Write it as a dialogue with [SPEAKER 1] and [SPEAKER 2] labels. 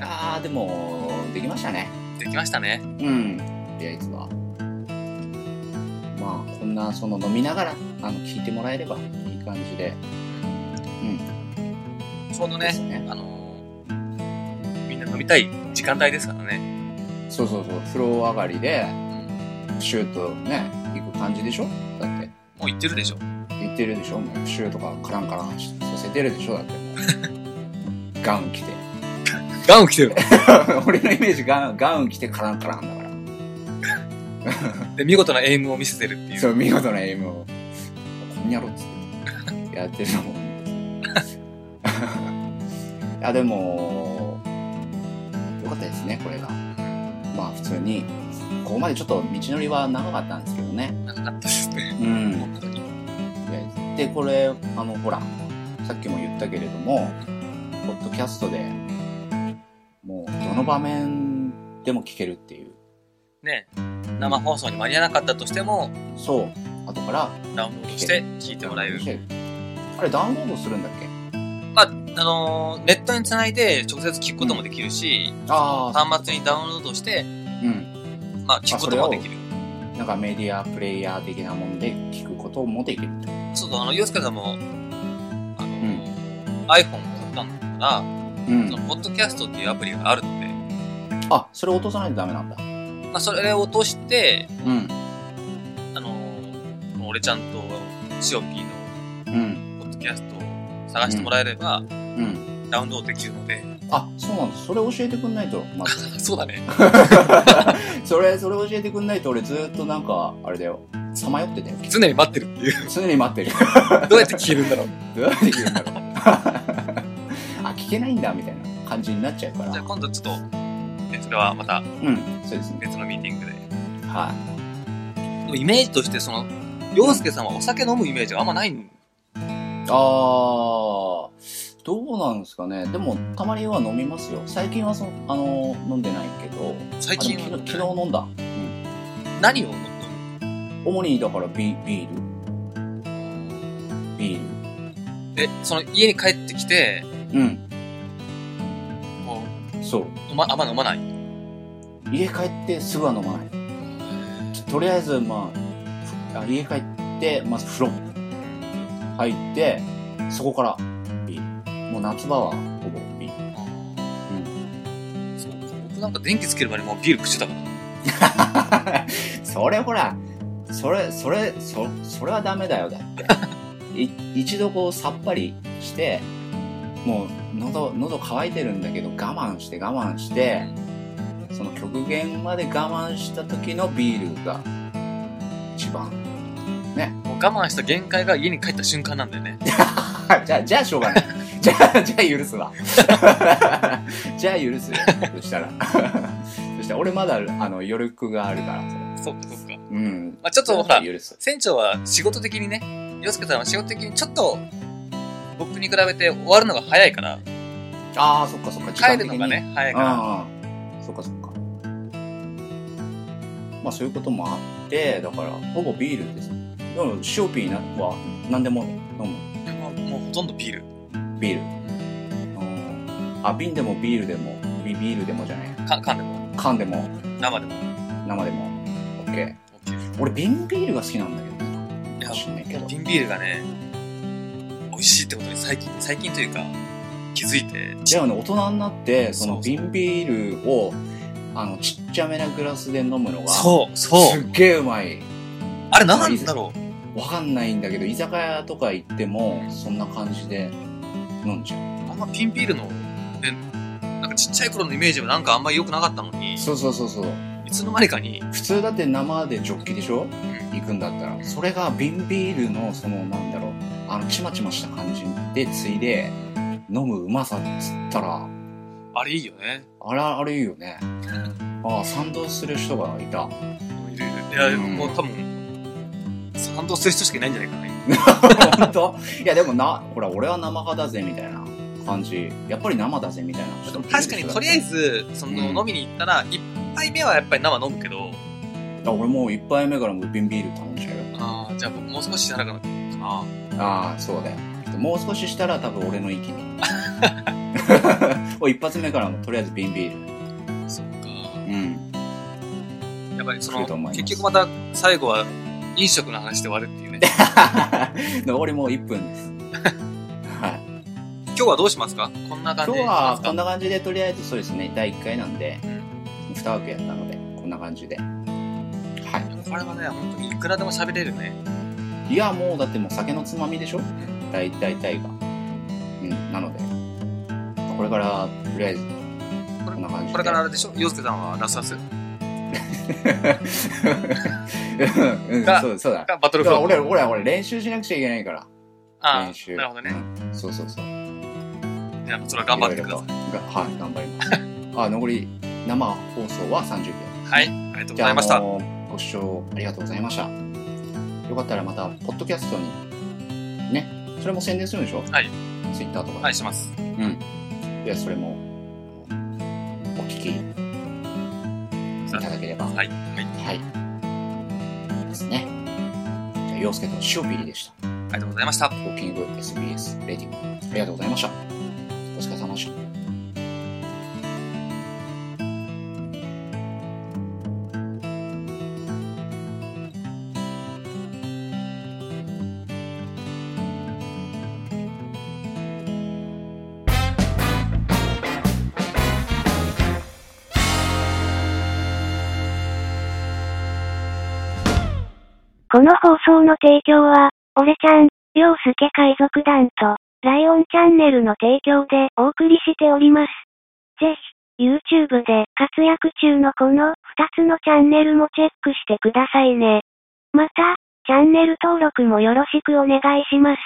[SPEAKER 1] ああでもできましたね
[SPEAKER 2] できましたね
[SPEAKER 1] うんとりあえずはまあこんなその飲みながらあの聞いてもらえればいい感じで
[SPEAKER 2] その
[SPEAKER 1] で
[SPEAKER 2] ね
[SPEAKER 1] すね
[SPEAKER 2] あのーみんな飲みたい時間帯ですからね
[SPEAKER 1] そうそうそう風呂上がりで
[SPEAKER 2] うん
[SPEAKER 1] シュートね行く感じでしょだって
[SPEAKER 2] もう言ってるでしょ
[SPEAKER 1] 言ってるでしょもうシュートがカランカランさせてるでしょ だってもうガウン着 て
[SPEAKER 2] ガウン来てる
[SPEAKER 1] 俺のイメージガウンガウン着てカランカランだから
[SPEAKER 2] で見事なエイムを見せてるっていう
[SPEAKER 1] そう、見事なエイムを。こんにゃろっつって。やってるのも。 いや、でも、よかったですね、これが。まあ、普通に、ここまでちょっと道のりは長かったんですけどね。
[SPEAKER 2] 長かったですね
[SPEAKER 1] うん
[SPEAKER 2] 本当に
[SPEAKER 1] で、これ、あの、ほら、さっきも言ったけれども、ポッドキャストでもう、どの場面でも聞けるっていう。
[SPEAKER 2] ね生放送に間に合わなかったとしても
[SPEAKER 1] そう、後から
[SPEAKER 2] ダウンロードして聞いてもらえる
[SPEAKER 1] あれ、ダウンロードするんだっけ
[SPEAKER 2] まああのーネットにつないで直接聞くこともできるし、
[SPEAKER 1] ああ、
[SPEAKER 2] 端末にダウンロードして、
[SPEAKER 1] うん。
[SPEAKER 2] まあ、聞くこともできる
[SPEAKER 1] なんかメディアプレイヤー的なもんで聞くこともできると。
[SPEAKER 2] そうそうあの洋介さんもあのー、iPhone を買ったんだから、
[SPEAKER 1] う
[SPEAKER 2] その。ポッドキャストっていうアプリがあるので、
[SPEAKER 1] あ、それ落とさないとダメなんだ。
[SPEAKER 2] まあ、それを落として、
[SPEAKER 1] うん。
[SPEAKER 2] あのー俺ちゃんとシオピーの
[SPEAKER 1] うん。
[SPEAKER 2] ポッドキャストを探してもらえれば、
[SPEAKER 1] うん。
[SPEAKER 2] ダウンロードできるので、
[SPEAKER 1] あ、そうなんだ。それ教えてくんないと。まず
[SPEAKER 2] そうだね。
[SPEAKER 1] それ、それ教えてくんないと俺ずっとなんか、あれだよ。さまよってたよ。
[SPEAKER 2] 常に待ってるって いう。
[SPEAKER 1] 常に待ってる。
[SPEAKER 2] どうやって聞けるんだろう。
[SPEAKER 1] どうやって聞けるんだろう。 あ、聞けないんだ、みたいな感じになっちゃうか
[SPEAKER 2] じゃあ
[SPEAKER 1] ら。
[SPEAKER 2] 今度ちょっと、ねそれはまた
[SPEAKER 1] うん。そうですね。
[SPEAKER 2] 別のミーティングで。で
[SPEAKER 1] は
[SPEAKER 2] もイメージとして、その、洋介さんはお酒飲むイメージがあんまないん
[SPEAKER 1] い。あー、どうなんですかね。でも、たまには飲みますよ。最近はそ、あの、飲んでないけど。
[SPEAKER 2] 最近
[SPEAKER 1] あで
[SPEAKER 2] は
[SPEAKER 1] も昨日昨日飲んだ。
[SPEAKER 2] 何を飲む
[SPEAKER 1] 主にだからビビールビー
[SPEAKER 2] え、その家に帰ってきて、
[SPEAKER 1] ルうん
[SPEAKER 2] こ
[SPEAKER 1] そう
[SPEAKER 2] う、飲まあんま飲まない。
[SPEAKER 1] 家帰ってすぐは飲まないちょとりあえずまああ家帰ってまず風呂入ってそこからビールもう夏場はほぼビール
[SPEAKER 2] そう僕なんか電気つける前にもうビール口だから。
[SPEAKER 1] それほらそれそれそそれはダメだよだってい一度こうさっぱりしてもう喉喉乾いてるんだけど我慢して我慢してその極限まで我慢した時のビールが一番
[SPEAKER 2] もう我慢した限界が家に帰った瞬間なんだよね。
[SPEAKER 1] じゃあじゃあしょうがないじゃあじゃあ許すわ じゃあ許すよそしたら そしたら俺まだあの余力があるからそれ
[SPEAKER 2] そっかそっか。
[SPEAKER 1] うん
[SPEAKER 2] まあちょっとほら、
[SPEAKER 1] 許す
[SPEAKER 2] 船長は仕事的にね、洋介さんは仕事的にちょっと、僕に比べて終わるのが早いから、
[SPEAKER 1] ああそっかそっか時間
[SPEAKER 2] 帰る
[SPEAKER 1] 的
[SPEAKER 2] の
[SPEAKER 1] に
[SPEAKER 2] がね、早いから。
[SPEAKER 1] ああそっかそっかまあそういうこともあってだからほぼビールですでもシオピーなは何でも飲む
[SPEAKER 2] でももうほとんどビール。
[SPEAKER 1] ビールうんあ瓶でもビールでもビビールでもじゃない
[SPEAKER 2] か缶でも、
[SPEAKER 1] 缶でも
[SPEAKER 2] 生でも。
[SPEAKER 1] 生でも OK
[SPEAKER 2] オッケー
[SPEAKER 1] 俺瓶ビールが好きなんだけどね
[SPEAKER 2] いや
[SPEAKER 1] かもしんないけど
[SPEAKER 2] 瓶ビールがね、美味しいってことに最近、最近というか、気づいて、
[SPEAKER 1] じゃあね大人になってその
[SPEAKER 2] そう
[SPEAKER 1] 瓶ビールをあのちっちゃめなグラスで飲むのが
[SPEAKER 2] そう、そう。
[SPEAKER 1] すっげえうまい
[SPEAKER 2] あれ何なんだろう
[SPEAKER 1] わかんないんだけど、居酒屋とか行っても、そんな感じで飲んじゃ
[SPEAKER 2] あんま瓶ビールの、ね、なんかちっちゃい頃のイメージはなんかあんまり良くなかったのに
[SPEAKER 1] う。、そうそうそうそう。
[SPEAKER 2] いつの間にかに、
[SPEAKER 1] 普通だって生でジョッキでしょ
[SPEAKER 2] ん
[SPEAKER 1] 行くんだったら。それが瓶ビールの、その、なんだろう、あの、ちまちました感じでついで、飲むうまさっつったら、
[SPEAKER 2] あれいいよね。
[SPEAKER 1] あら、あれいいよね。ああ、賛同する人がいた。
[SPEAKER 2] いるいる。いや、
[SPEAKER 1] うん
[SPEAKER 2] もう多分、賛同する人しかいないんじゃないかな、今
[SPEAKER 1] 本当いや、でもな、ほら、俺は生派だぜ、みたいな感じ。やっぱり生だぜ、みたいな。
[SPEAKER 2] 確かにとりあえず、その、
[SPEAKER 1] うん
[SPEAKER 2] 飲みに行ったら、一杯目はやっぱり生飲むけど、
[SPEAKER 1] あ俺もう一杯目からもう瓶ビール頼んじゃうよ。
[SPEAKER 2] ああ、じゃあ僕もう少ししならかな。
[SPEAKER 1] ああ、そうだよ。でももう少ししたら多分俺の息に もう一発目からもとりあえず瓶ビール
[SPEAKER 2] そっか。
[SPEAKER 1] うん
[SPEAKER 2] やっぱりそ
[SPEAKER 1] 来ると思い
[SPEAKER 2] の、
[SPEAKER 1] ます
[SPEAKER 2] 結局また最後は飲食の話で終わるっ ていうね。
[SPEAKER 1] 残りもう1分ですはい
[SPEAKER 2] 今日はどうしますかこんな感じ
[SPEAKER 1] 今日
[SPEAKER 2] でしま
[SPEAKER 1] は
[SPEAKER 2] す
[SPEAKER 1] こ
[SPEAKER 2] か
[SPEAKER 1] んな感じでとりあえずそうですね第1回なんで
[SPEAKER 2] うん
[SPEAKER 1] 2枠やったのでこんな感じでは
[SPEAKER 2] これはね、本当にいくらでも喋れるね。
[SPEAKER 1] いいやもうだってもう酒のつまみでしょ大大体がうんなのでこれからとりあえず
[SPEAKER 2] こ
[SPEAKER 1] こんな感じ
[SPEAKER 2] れ
[SPEAKER 1] で
[SPEAKER 2] これからあれでしょ洋介さんはラスラ ス
[SPEAKER 1] うんうん
[SPEAKER 2] が
[SPEAKER 1] そうそうだ
[SPEAKER 2] かバトル
[SPEAKER 1] だか
[SPEAKER 2] フロ
[SPEAKER 1] ら俺
[SPEAKER 2] ー
[SPEAKER 1] ら俺ら俺練習しなくちゃいけないから
[SPEAKER 2] あ
[SPEAKER 1] 練
[SPEAKER 2] あ、
[SPEAKER 1] 習
[SPEAKER 2] なるほどね。
[SPEAKER 1] うんそうそうそう
[SPEAKER 2] じゃあ、それは頑張ってくださ
[SPEAKER 1] い
[SPEAKER 2] い。
[SPEAKER 1] ろいろとがはい頑張りますあ残り生放送は30秒
[SPEAKER 2] はい、ありがとう
[SPEAKER 1] じゃあ
[SPEAKER 2] ございました。
[SPEAKER 1] あのーご視聴ありがとうございましたよかったらまたポッドキャストにねそれも宣伝するんでしょ
[SPEAKER 2] はい
[SPEAKER 1] ツイッターとかで、
[SPEAKER 2] はい、します。
[SPEAKER 1] うんでそれもあのお聞きいただければ
[SPEAKER 2] はい、はい、
[SPEAKER 1] はいですねじゃあ陽介と塩ビリでした
[SPEAKER 2] ありがとうございました
[SPEAKER 1] ト。ーキング SBS レディオありがとうございましたお疲れ様でした
[SPEAKER 3] この放送の提供は、俺ちゃん、洋介海賊団と、ライオンチャンネルの提供でお送りしております。ぜひ、YouTube で活躍中のこの2つのチャンネルもチェックしてくださいね。また、チャンネル登録もよろしくお願いします。